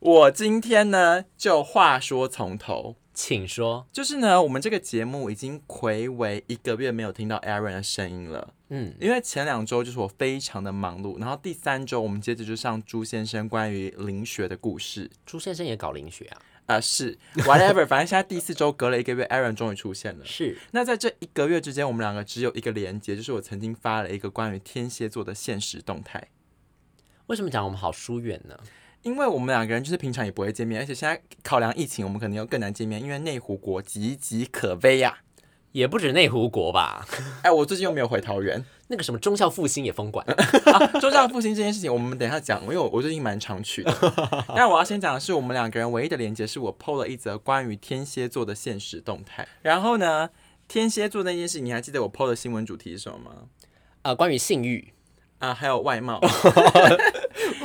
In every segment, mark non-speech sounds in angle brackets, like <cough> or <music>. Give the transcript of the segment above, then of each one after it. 我今天呢，就话说从头，请说。就是呢，我们这个节目已经暌违一个月没有听到 Aaron 的声音了。嗯，因为前两周就是我非常的忙碌，然后第三周我们接着就上朱先生关于灵学的故事。朱先生也搞灵学啊？啊、是 whatever，反正 <laughs> 现在第四周隔了一个月，Aaron 终于出现了。是，那在这一个月之间，我们两个只有一个连接，就是我曾经发了一个关于天蝎座的现实动态。为什么讲我们好疏远呢？因为我们两个人就是平常也不会见面，而且现在考量疫情，我们可能又更难见面，因为内湖国岌岌可危呀、也不止内湖国吧？ <laughs> 哎，我最近又没有回桃园。啊那个什么忠孝复兴也封 <laughs> 馆。就这样复兴这件事情，我们等一下讲，因为我我最近蛮常去的。但我要先讲的是，我们两个人唯一的连接是我 PO 了一则关于天蝎座的现实动态。然后呢，天蝎座那件事，你还记得我 PO 的新闻主题是什么吗？呃，关于性欲，啊，还有外貌。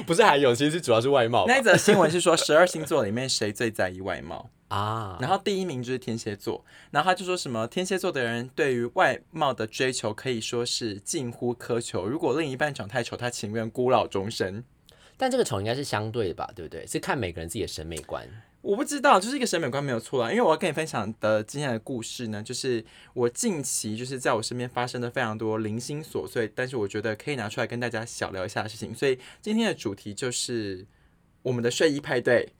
不是还有，其实主要是外貌吧那一则新闻是说，十二星座里面谁最在意外貌？啊。然后第一名就是天蝎座，然后他就说什么天蝎座的人对于外貌的追求可以说是近乎苛求，如果另一半长太丑，他情愿孤老终生。但这个丑应该是相对的吧，对不对？是看每个人自己的审美观。我不知道，就是一个审美观没有错啦。因为我要跟你分享的今天的故事呢，就是我近期就是在我身边发生的非常多零星琐碎，但是我觉得可以拿出来跟大家小聊一下的事情。所以今天的主题就是我们的睡衣派对，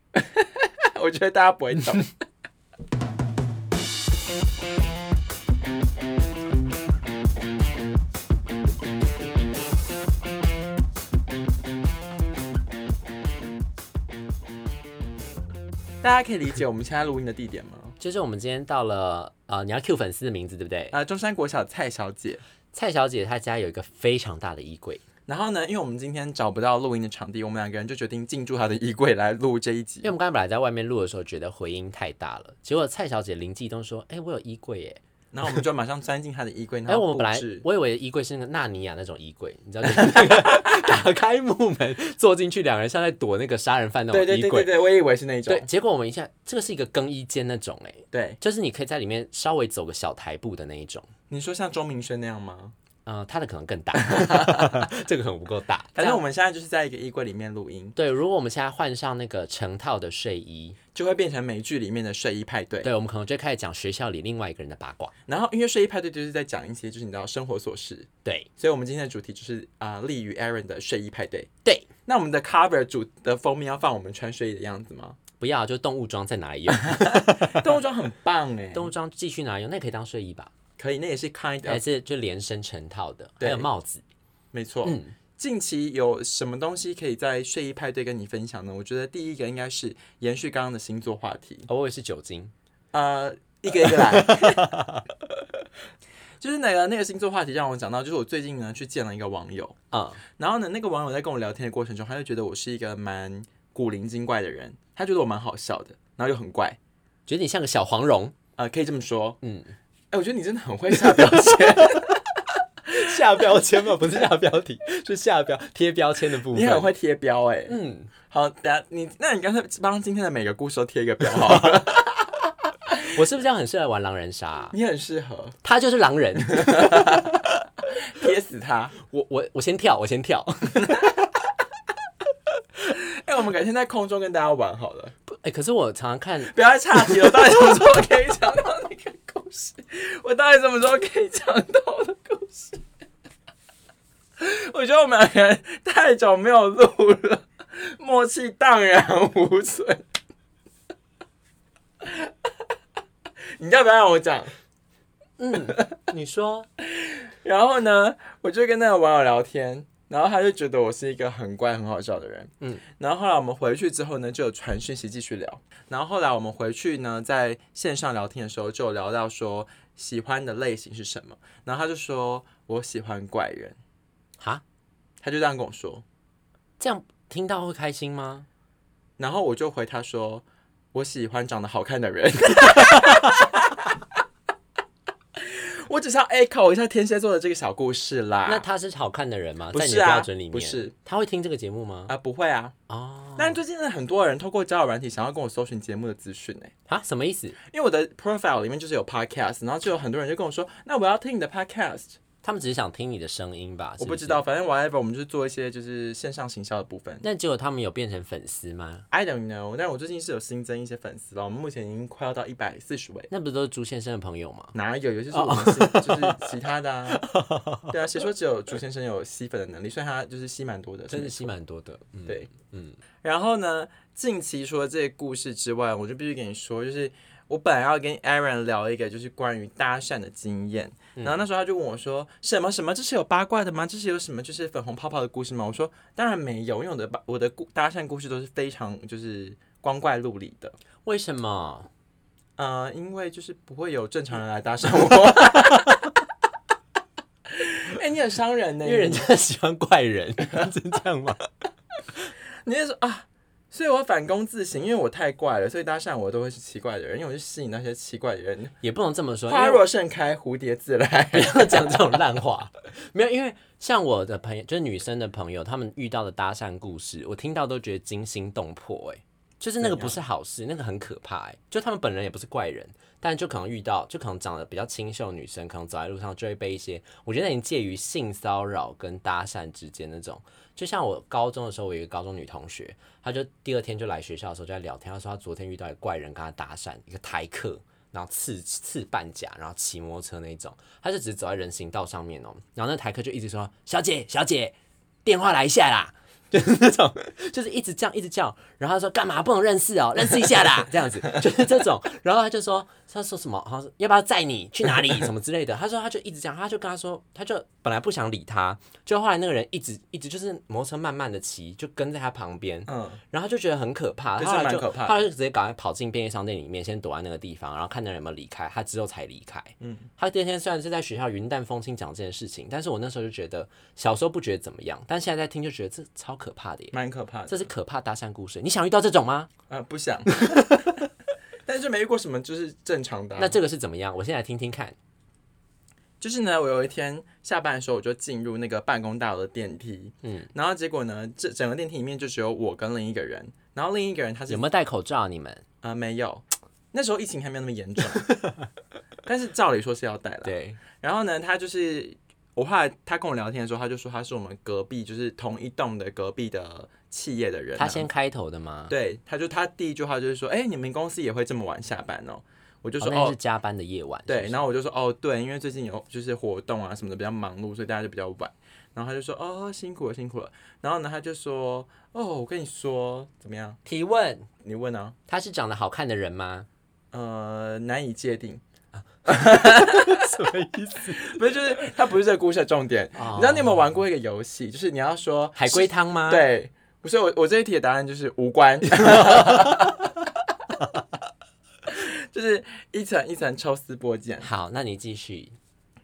<laughs> 我觉得大家不会懂。大家可以理解我们现在录音的地点吗？就是我们今天到了，呃，你要 Q 粉丝的名字，对不对？啊、中山国小蔡小姐。蔡小姐她家有一个非常大的衣柜，然后呢，因为我们今天找不到录音的场地，我们两个人就决定进驻她的衣柜来录这一集因为。我们刚才本来在外面录的时候，觉得回音太大了，结果蔡小姐灵机一动说：“哎、我有衣柜耶！”然后我们就马上钻进她的衣柜，然哎，我后们布本来置。我以为衣柜是那个纳尼亚那种衣柜，你知道，就是那 <laughs> 个打开木门坐进去，两人像在躲那个杀人犯那种衣对对柜。对对对，我也以为是那种。对结果我们一下，这个是一个更衣间那种、哎，对，就是你可以在里面稍微走个小台步的那一种。你说像钟明轩那样吗？呃，它的可能更 <laughs> 大，这个可能不够大。反这正样我们现在就是在一个衣柜里面录音，对，如果我们现在换上那个成套的睡衣，就会变成美剧里面的睡衣派对。对我们可能就开始讲学校里另外一个人的八卦。然后因为睡衣派对就是在讲一些就是你知道生活琐事，对，所以我们今天的主题就是啊、呃立于 Aaron 的睡衣派对。对，那我们的 cover 主的封面要放我们穿睡衣的样子吗？不要就动物装在哪 <laughs> 里用？动物装很棒哎，动物装继续拿来用，那可以当睡衣吧？可以，那也是 kind of 还是就连身成套的，还哎对有帽子。没错，近期有什么东西可以在睡衣派对跟你分享呢？我觉得第一个应该是延续刚刚的星座话题，哦我以为是酒精。呃，一个一个来。 <laughs> 就是那个那个星座话题让我讲到，就是我最近呢去见了一个网友，嗯，然后呢那个网友在跟我聊天的过程中，他就觉得我是一个蛮古灵精怪的人，他觉得我蛮好笑的，然后又很怪，觉得你像个小黄蓉，呃，可以这么说。嗯，哎、我觉得你真的很会下标签，下标签嘛，不是下标题，是下标贴标签的部你很会贴标哎、嗯，好，等下你那你干脆帮今天的每个故事都贴一个标好了，我是不是这样很适合玩狼人杀、啊你很适合。他就是狼人， <laughs> 贴死他！我我我先跳，我先跳。 <laughs> 哎、我们改天在空中跟大家玩好了，不哎、可是我常常看，不要再岔题了。我到底什么时候可以讲到那个故事？我到底什么时候可以讲到我的故事？我觉得我们两个人太久没有录了，默契荡然无存。 <laughs> 你要不要让我讲？嗯你说 <laughs> 然后呢，我就跟那个网友聊天，然后他就觉得我是一个很乖、很好笑的人。嗯，然后后来我们回去之后呢，就有传讯息继续聊。然后后来我们回去呢，在线上聊天的时候，就有聊到说喜欢的类型是什么。然后他就说我喜欢怪人，哈，他就这样跟我说。这样听到会开心吗？然后我就回他说我喜欢长得好看的人。 <laughs> 我只是要 echo 一下天蝎座的这个小故事啦。那他是好看的人吗？不在你是的啊标准里面，不是他会听这个节目吗啊、？不会啊，哦，但最近真的很多人透过交友软体想要跟我搜寻节目的资讯欸呢，啊，什么意思？因为我的 profile 里面就是有 podcast，然后就有很多人就跟我说，那我要听你的 podcast，他们只是想听你的声音吧？我是不不是知道，。反正 whatever，我们就是做一些就是线上行销的部分。那结果他们有变成粉丝吗？ I don't know，但我最近是有新增一些粉丝了，我们目前已经快要到一百四十位。那不是都是朱先生的朋友吗？哪有？有些是哦我们是 <laughs> 就是其他的啊，对啊，谁说只有朱先生有吸粉的能力？虽然他就是吸蛮多的，真的没吸蛮多的。嗯，对，嗯，然后呢，近期除了这些故事之外，我就必须跟你说，就是我本来要跟 Aaron 聊一个就是关于搭讪的经验，嗯然后那时候他就问我说，什么什么，这是有八卦的吗？这是有什么就是粉红泡泡的故事吗？我说当然没有，因为我的八我的故搭讪故事都是非常就是光怪陆离的，为什么？呃，因为就是不会有正常人来搭讪我。 <laughs> 哎、你很伤人呢、因为人家喜欢怪人， <laughs> 是这样吗？你就说啊，所以我反躬自省，因为我太怪了，所以搭讪我都会是奇怪的人，因为我就吸引那些奇怪的人。 <laughs> 也不能这么说，因花为若盛开，蝴蝶自来。不要讲这种烂话。 <laughs> 没有，因为像我的朋友，就是女生的朋友，她们遇到的搭讪故事，我听到都觉得惊心动魄、哎，就是那个不是好事，那个很可怕、哎，就她们本人也不是怪人，但就可能遇到，就可能长得比较清秀的女生，可能走在路上就会被一些，我觉得已经介于性骚扰跟搭讪之间那种。就像我高中的时候，我有一个高中女同学，她就第二天就来学校的时候就在聊天，啊她说她昨天遇到一个怪人跟她搭讪，一个台客，然后刺刺半甲，然后骑摩托车那一种，她就只是走在人行道上面哦，然后那台客就一直说小姐小姐，电话来一下啦。就是那种，就是一直这样一直叫，然后她说干嘛不能认识哦，认识一下啦，这样子，就是这种。然后她就说，她说什么，好像是要不要载你去哪里什么之类的。她说她就一直这样，她就跟她说，她就本来不想理她，就后来那个人一直一直就是摩托车慢慢的骑，就跟在她旁边，嗯，然后他就觉得很可怕，这他后来蛮就可怕的后来就直接赶快跑进便利商店里面，先躲在那个地方，然后看那人有没有离开，他之后才离开。嗯，他第二天虽然是在学校云淡风轻讲这件事情，但是我那时候就觉得小时候不觉得怎么样，但现在在听就觉得这超可怕的耶，蛮可怕的。这是可怕搭讪故事。你想遇到这种吗？呃，不想。 <laughs> 但是就没遇过什么就是正常的啊、那这个是怎么样？我先来听听看。就是呢，我有一天下班的时候，我就进入那个办公大楼的电梯，嗯，然后结果呢，这整个电梯里面就只有我跟另一个人，然后另一个人他是有没有戴口罩？你们啊、没有，那时候疫情还没有那么严重，但是照理说是要戴了。对，然后呢，他就是我后来他跟我聊天的时候，他就说他是我们隔壁，就是同一栋的隔壁的企业的人啊、他先开头的吗？对，他就他第一句话就是说，哎、你们公司也会这么晚下班哦？我就就说那哦是加班的夜晚。是对，不是然后我就说哦，对，因为最近有就是活动啊什么的比较忙碌，所以大家就比较晚。然后他就说哦，辛苦了，辛苦了。然后呢，他就说哦，我跟你说怎么样？提问，你问啊，他是长得好看的 <laughs> 人吗？呃，难以界定。 <laughs> 什么意思？不是，就是它不是这个故事的重点。哦你知道你有没有玩过一个游戏？就是你要说海龟汤吗？。对，所以我我这一题的答案就是无 <laughs> 关，就是一层一层抽丝剥茧。好，那你继续。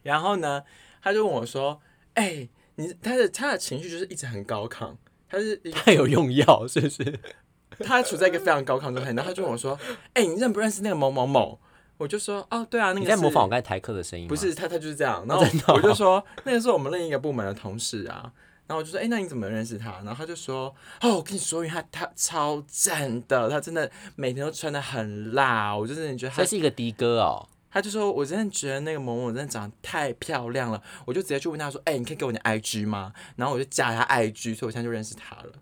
然后呢，他就问我说：“哎、你他的他的情绪就是一直很高亢，他是 <laughs> 一个他有用药是不是？他处在一个非常高亢的状态。”然后他就问我说：“哎、你认不认识那个某某某？”我就说：“哦，对啊，那个你在模是仿我刚才台客的声音吗？哦不，是他，他就是这样。然后我就说，那个是我们另一个部门的同事啊。然后我就说，哎、那你怎么认识他？然后他就说，哦，我跟你说，因为他他超赞的，他真的每天都穿的很辣，我就真的觉得他这，是一个的哥哦。他就说，我真的觉得那个某某真的长得太漂亮了，我就直接去问他说，哎、你可以给我你的 IG 吗？然后我就加他 IG，所以我现在就认识他了。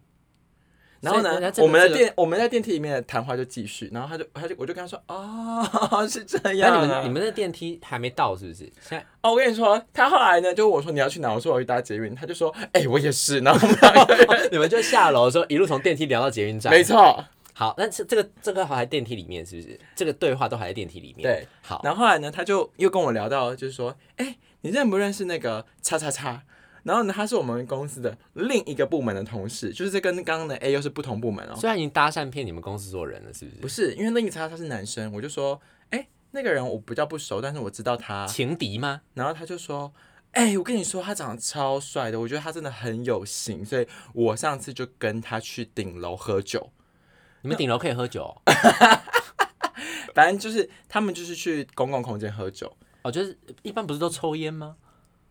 然后所以那呢，这个我们的这个电我们在电梯里面的谈话就继续，然后他就他就我就跟他说，哦， <laughs> 是这样、那啊。你们你们的电梯还没到是不是？现 <laughs> 在哦，我跟你说，他后来呢，就问我说你要去哪？我说我要去搭捷运，他就说，哎、我也是。然后我们两 <laughs> 个人，哦你们就下楼的时候一路从电梯聊到捷运站。没。错。好，那这这个这个还在电梯里面是不是？这个对话都还在电梯里面。对。好，然后后来呢，他就又跟我聊到，就是说，哎、你认不认识那个叉叉叉？然后呢，他是我们公司的另一个部门的同事，就是这跟刚刚的 A 又是不同部门哦。虽然已经搭讪骗你们公司做人了，是不不是？是，因为另一个叉叉叉是男生，我就说，哎、那个人我比较不熟，但是我知道他。情敌吗？然后他就说。哎、我跟你说，他长得超帅的，我觉得他真的很有型，所以我上次就跟他去顶楼喝酒，你们顶楼可以喝酒哦反正就是他们就是去公共空间喝酒，哦，就是一般不是都抽烟吗？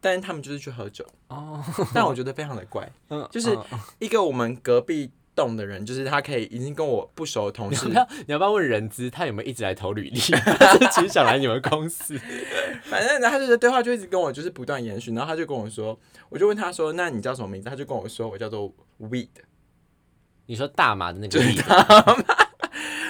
但是他们就是去喝酒，哦，但我觉得非常的怪，嗯就是一个我们隔壁动的人，就是他可以已经跟我不熟的同你要事不，要你要不要问人资，他有没有一直来投 <laughs> 履历？他是其实想来你们公司， <laughs> 反正他就是对话就一直跟我就是不断延续，然后他就跟我说，我就问他说，那你叫什么名字？他就跟我说我叫做 Weed， <laughs> 你说大麻的那个例子，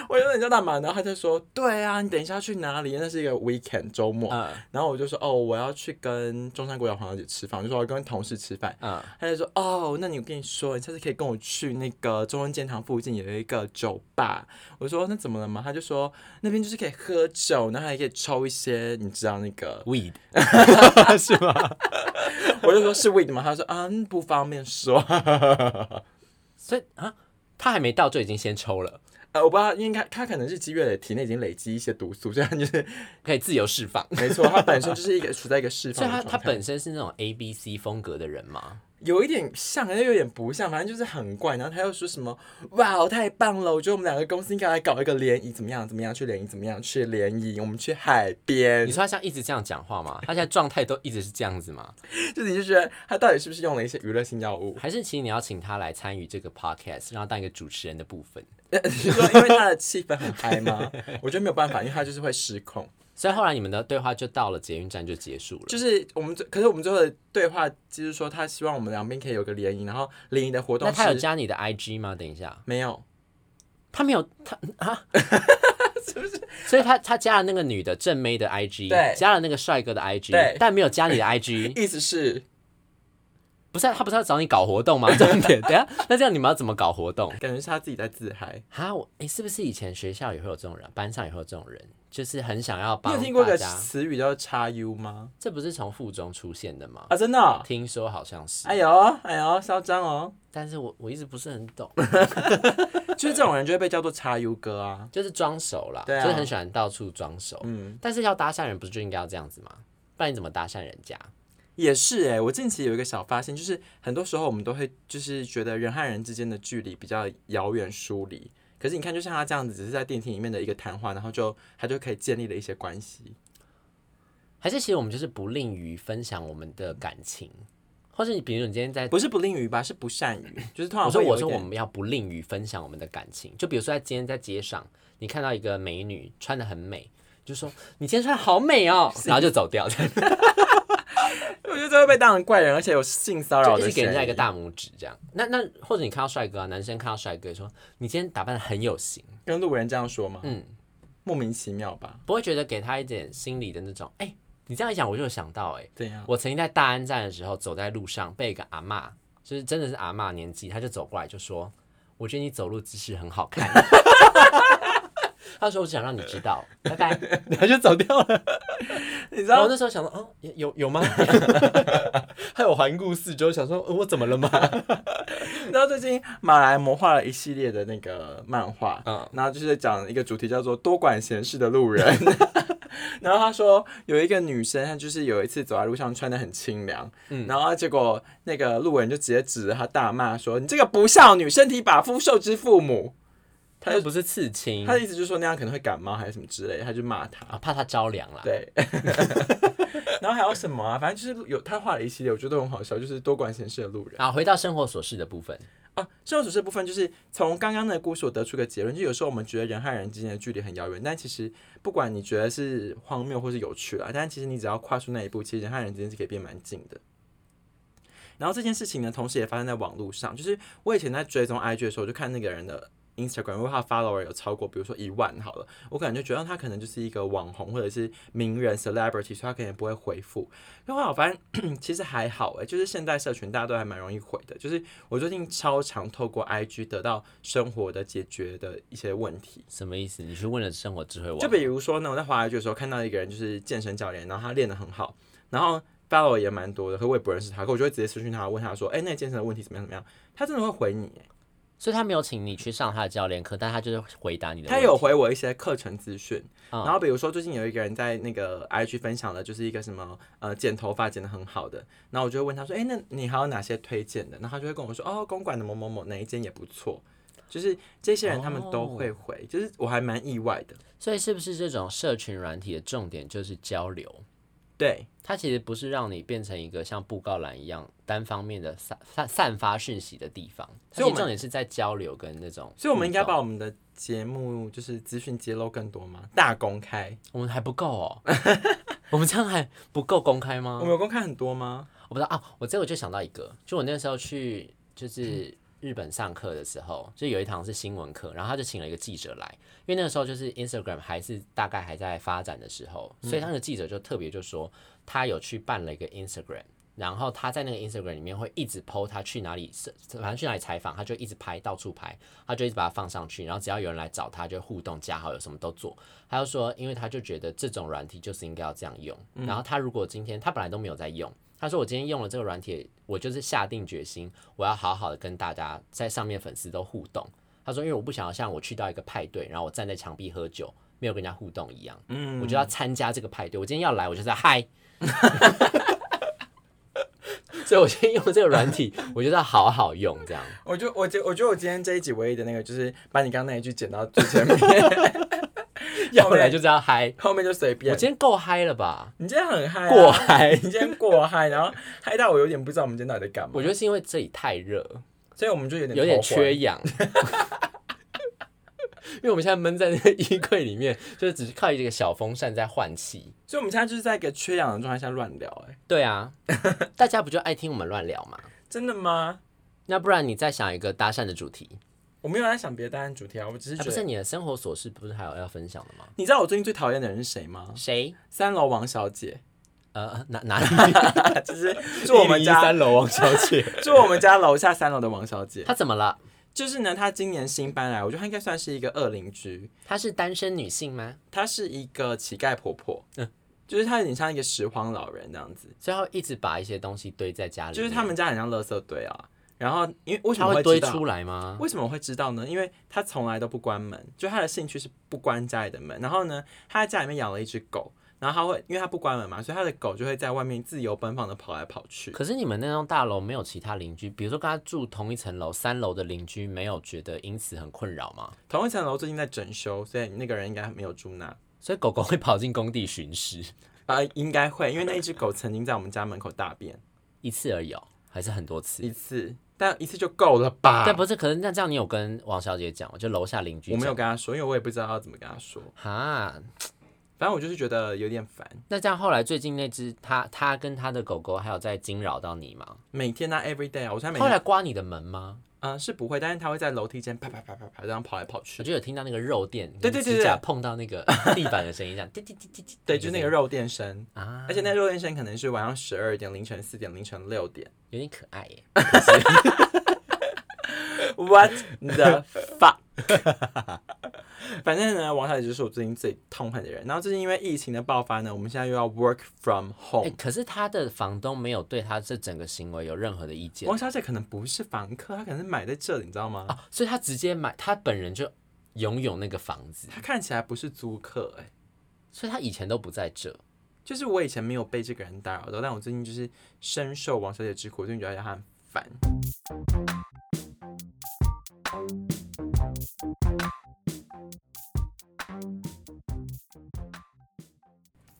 我就说你叫大麻，然后他就说对啊，你等一下要去哪里？那是一个 weekend 周末，嗯然后我就说哦，我要去跟中山国小黄小姐吃饭，我就说我要跟同事吃饭，嗯，。他就说：“哦，那你我跟你说，你下次可以跟我去那个中央建堂附近有一个酒吧。”我说：“那怎么了嘛？”他就说：“那边就是可以喝酒，然后还可以抽一些，你知道那个 weed 是吗？”我就说：“是 weed 吗？”他说：“啊，嗯不方便说。 <laughs> 所以啊，他还没到就已经先抽了，”呃，我不知道，因为他他可能是积月的体内已经累积一些毒素，这 <laughs> 样就是。可以自由释放没错，他本身就是一个处在一个释所放的以他状态。他本身是那种 A B C 风格的人嘛，有一点像，又有点不像，反正就是很怪。然后他又说什么：“哇，太棒了！我觉得我们两个公司应该来搞一个联谊，怎么样？怎么样？去联谊？怎么样？去联谊？我们去海边你。说他像一直这样讲话吗？他现在状态都一直是这样子吗？”就是你就觉得他到底是不是用了一些娱乐性药物？ <laughs> 还是其实你要请他来参与这个 podcast，让他当一个主持人的部分？你 <laughs> 说因为他的气氛很嗨吗？ <laughs> 我觉得没有办法，因为他就是会失控。所以后来你们的对话就到了捷运站就结束了。就是我们最，可是我们最后的对话就是说，他希望我们两边可以有个联谊，然后联谊的活动那是他有加你的 IG 吗？等一下，没有？他没有他啊， <laughs> 所以他他加了那个女的正妹的 IG，对加了那个帅哥的 IG，对但没有加你的 IG。意思是不是啊、他不是要找你搞活动吗？ <laughs> 重点，等一下，那这样你们要怎么搞活动？感觉是他自己在自嗨。啊，我诶，是不是以前学校也会有这种人，班上也会有这种人，就是很想要你帮有听过一大个家？词语叫“叉 U” 吗？这不是从附中出现的吗？啊，真的哦、听说好像是，哎呦，哎呦，嚣张哦！但是我我一直不是很懂，哎就是这种人就会被叫做叉 U 哥啊。就是装熟啦，对啊就是很喜欢到处装熟。嗯，但是要搭讪人，不是就应该要这样子吗？不然你怎么搭讪人家？也是哎、我近期有一个小发现，就是很多时候我们都会就是觉得人和人之间的距离比较遥远疏离。可是你看，就像他这样子，只是在电梯里面的一个谈话，然后就他就可以建立了一些关系。还是其实我们就是不吝于分享我们的感情，或是你比如你今天在，不是不吝于吧，是不善于，就是通我常说会有我一说我点们要不吝于分享我们的感情，就比如说在今天在街上，你看到一个美女穿的很美，就说你今天穿得好美 <laughs> 哦，然后就走掉，就我觉得这会被当成怪人，而且有性骚扰一的直给人家嫌一个疑大拇指这样。那那或者你看到帅哥啊，男生看到帅哥说你今天打扮的很有型，跟路人这样说吗？嗯，莫名其妙吧？不会觉得给他一点心理的那种，哎、你这样一讲我就有想到、哎。对 <laughs> 呀、我曾经在大安站的时候，走在路上被一个阿嬷，就是真的是阿嬷年纪，她就走过来就说：“我觉得你走路姿势很好看。” <laughs> 她说：“我只想让你知道，拜拜。”然后就走掉了。你知然道后我那时候想说：“哦，有有有吗？” <laughs> 还有环顾四周，想说、呃我怎么了吗？你 <laughs> 知道最近马来魔化了一系列的那个漫画，嗯嗯，然后就是讲一个主题叫做“多管闲事的路人” 。 <laughs> 然后他说有一个女生，她就是有一次走在路上穿的很清凉，嗯，然后结果那个路人就直接指着她大骂说：“你这个不孝女，身体把夫，受之父母。她又不是刺”青她的意思就是说那样可能会感冒还是什么之类，她就骂她。啊，怕她着凉啦。对， <laughs> 然后还有什么啊？反正就是有她画了一系列，我觉得都很好笑，就是多管闲事的路人。啊，回到生活琐事的部分，啊，生活琐事部分就是从刚刚的故事，我得出个结论，就有时候我们觉得人和人之间的距离很遥远，但其实不管你觉得是荒谬或是有趣啦，但其实你只要跨出那一步，其实人和人之间是可以变蛮近的。然后这件事情呢，同时也发生在网络上，就是我以前在追踪 IG 的时候，我就看那个人的 Instagram，如果他 follower 有超过，比如说一万好了，我可能就觉得他可能就是一个网红或者是名人 celebrity，所以他可能不会回复。然后我发现其实还好诶、就是现在社群大家都还蛮容易回的，就是我最近超常透过 IG 得到生活的解决的一些问题。什么意思？你去问了生活智慧就网，比如说呢，我在滑 IG 的时候看到一个人就是健身教练，然后他练得很好，然后 follow 也蛮多的，可我也不认识他，可我就会直接私讯他，问他说，哎、那个健身的问题怎么样怎么样？他真的会回你耶，所以她没有请你去上她的教练课，但她就是回答你的问他题。有回我一些课程资讯，嗯然后比如说最近有一个人在那个 IG 分享的，就是一个什么呃剪头发剪得很好的，然后我就会问他说，哎、那你还有哪些推荐的？然后他就会跟我说，哦，公馆的某某某哪一间也不错。就是这些人，他们哦都会回就是我还蛮意外的。所以是不是这种社群软体的重点就是交流？对，它其实不是让你变成一个像布告栏一样单方面的散散散发讯息的地方，所以我它其们实重点是在交流跟那种互动。所以我们应该把我们的节目就是资讯揭露更多嘛，大公开。我们还不够哦， <laughs> 我们这样还不够公开吗我？们有公开很多吗？我不知道啊，我这我就想到一个，就我那时候去就是日本上课的时候，就有一堂是新闻课，然后他就请了一个记者来，因为那个时候就是 Instagram 还是大概还在发展的时候，所以他那个记者就特别就说他有去办了一个 Instagram。然后他在那个 Instagram 里面会一直 PO 他去哪里，是反正去哪里采访，他就一直拍，到处拍，他就一直把它放上去。然后只要有人来找他，就互动、加好友，什么都做。他就说，因为他就觉得这种软体就是应该要这样用。然后他如果今天他本来都没有在用，他说我今天用了这个软体，我就是下定决心，我要好好的跟大家在上面粉丝都互动。他说，因为我不想要像我去到一个派对，然后我站在墙壁喝酒，没有跟人家互动一样。嗯我就要参加这个派对，我今天要来，我就是要嗨。所以我先用这个软体，我就是要好好用这样。我就我觉我觉得我今天这一集唯一的那个就是把你刚刚那一句剪到最前面， <laughs> 要来就是要嗨。后面就随便我。今天够嗨了吧？你今天很嗨、啊，过嗨你今天过嗨，然后嗨到我有点不知道我们今天到底在干嘛。我觉得是因为这里太热，所以我们就有点有点头昏缺氧。 <laughs> 因为我们现在闷在那个衣柜里面， <laughs> 就是只是靠一个小风扇在换气。所以我们现在就是在一个缺氧的状态下乱聊、哎，对 <laughs> 啊，大家不就爱听我们乱聊吗？真的吗？那不然你再想一个搭讪的主题？我没有在想别的答案主题啊，我只是哎觉不得。是你的生活琐事，不是还有要分享的吗？你知道我最近最讨厌的人是谁吗？谁？三楼王小 <laughs> 姐，呃，哪 <laughs> 哪里？就是住我们家101楼王小姐， <laughs> 住我们家楼下三楼的王小姐。她怎么了？就是呢，她今年新搬来，我觉得她应该算是一个恶邻居。她是单身女性吗？她是一个乞丐婆婆，嗯就是她有点像一个拾荒老人那样子。最后一直把一些东西堆在家里面，就是他们家很像垃圾堆啊。然后因为为什她么会知堆道？出来吗？为什么我会知道呢？因为他从来都不关门，就他的兴趣是不关家里的门。然后呢，他在家里面养了一只狗，然后他会，因为他不关门嘛，所以他的狗就会在外面自由奔放的跑来跑去。可是你们那栋大楼没有其他邻居，比如说跟他住同一层楼三楼的邻居，没有觉得因此很困扰吗？同一层楼最近在整修，所以那个人应该没有住那。所以狗狗会跑进工地巡视呃，应该会，因为那一只狗曾经在我们家门口大便一次而已、哦，还是很多次？啊一次，但一次就够了吧？但不是，可是那这样你有跟王小姐讲吗，就楼下邻居我没有讲跟他说，因为我也不知道要怎么跟他说。哈，反正我就是觉得有点烦，那这样后来最近那只它它跟它的狗狗还有在惊扰到你吗？每天他、every day 啊，我现在每后天来刮你的门吗？嗯、是不会，但是他会在楼梯间啪啪啪啪啪这样跑来跑去我。就有听到那个肉垫，对对对对指甲碰到那个地板的声音，这样 <laughs> 滴滴滴滴滴，对，就是那个肉垫声，声音啊，而且那肉垫声可能是晚上十二点、凌晨四点、凌晨六 <laughs> 点。有点可爱耶。 <laughs> What the fuck？反正呢，王小姐就是我最近最痛恨的人。然后最近因为疫情的爆发呢，我们现在又要 work from 哎、 home。可是他的房东没有对他这整个行为有任何的意见王小姐可哦能不是房客，她可能是买在这里，你知道吗？啊，所以他直接买，他本人就拥有那个房子，她看起来不是租客、哎，所以他以前都不在这。就是我以前没有被这个人打扰到，但我最近就是深受王小姐之苦，最近觉得她很烦。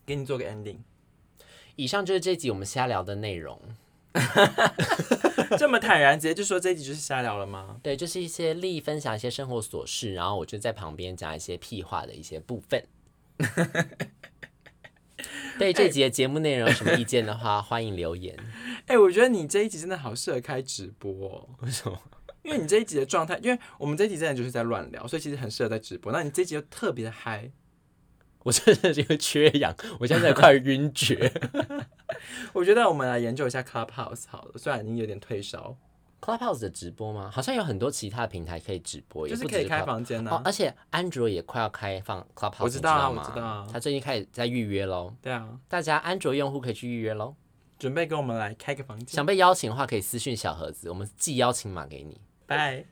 给你做个 ending， <laughs> 以上就是这集我们瞎聊的内容，这么坦然直接就说这一集就是瞎聊了吗？对，就是一些丽分享一些生活琐事，然后我就在旁边讲一些屁话的一些部分。对这集的节目内容有什么意见的话， <laughs> 欢迎留言。哎、我觉得你这一集真的好适合开直播、哦，为什么？因为你这一集的状态，因为我们这一集真的就是在乱聊，所以其实很适合在直播。那你这一集又特别的嗨，我真的是因为缺氧，我现在快晕厥。我觉得我们来研究一下 Clubhouse 好了，虽然已经有点退烧， Clubhouse 的直播吗？好像有很多其他的平台可以直播，就是也不可以只开 Clubhouse 房间啊呢、哦，而且安卓也快要开放 Clubhouse，我知道啊你我吗？知道啊他最近开始在预约喽，对啊，大家安卓用户可以去预约喽。准备跟我们来开个房间，想被邀请的话，可以私讯小盒子，我们寄邀请码给你。拜。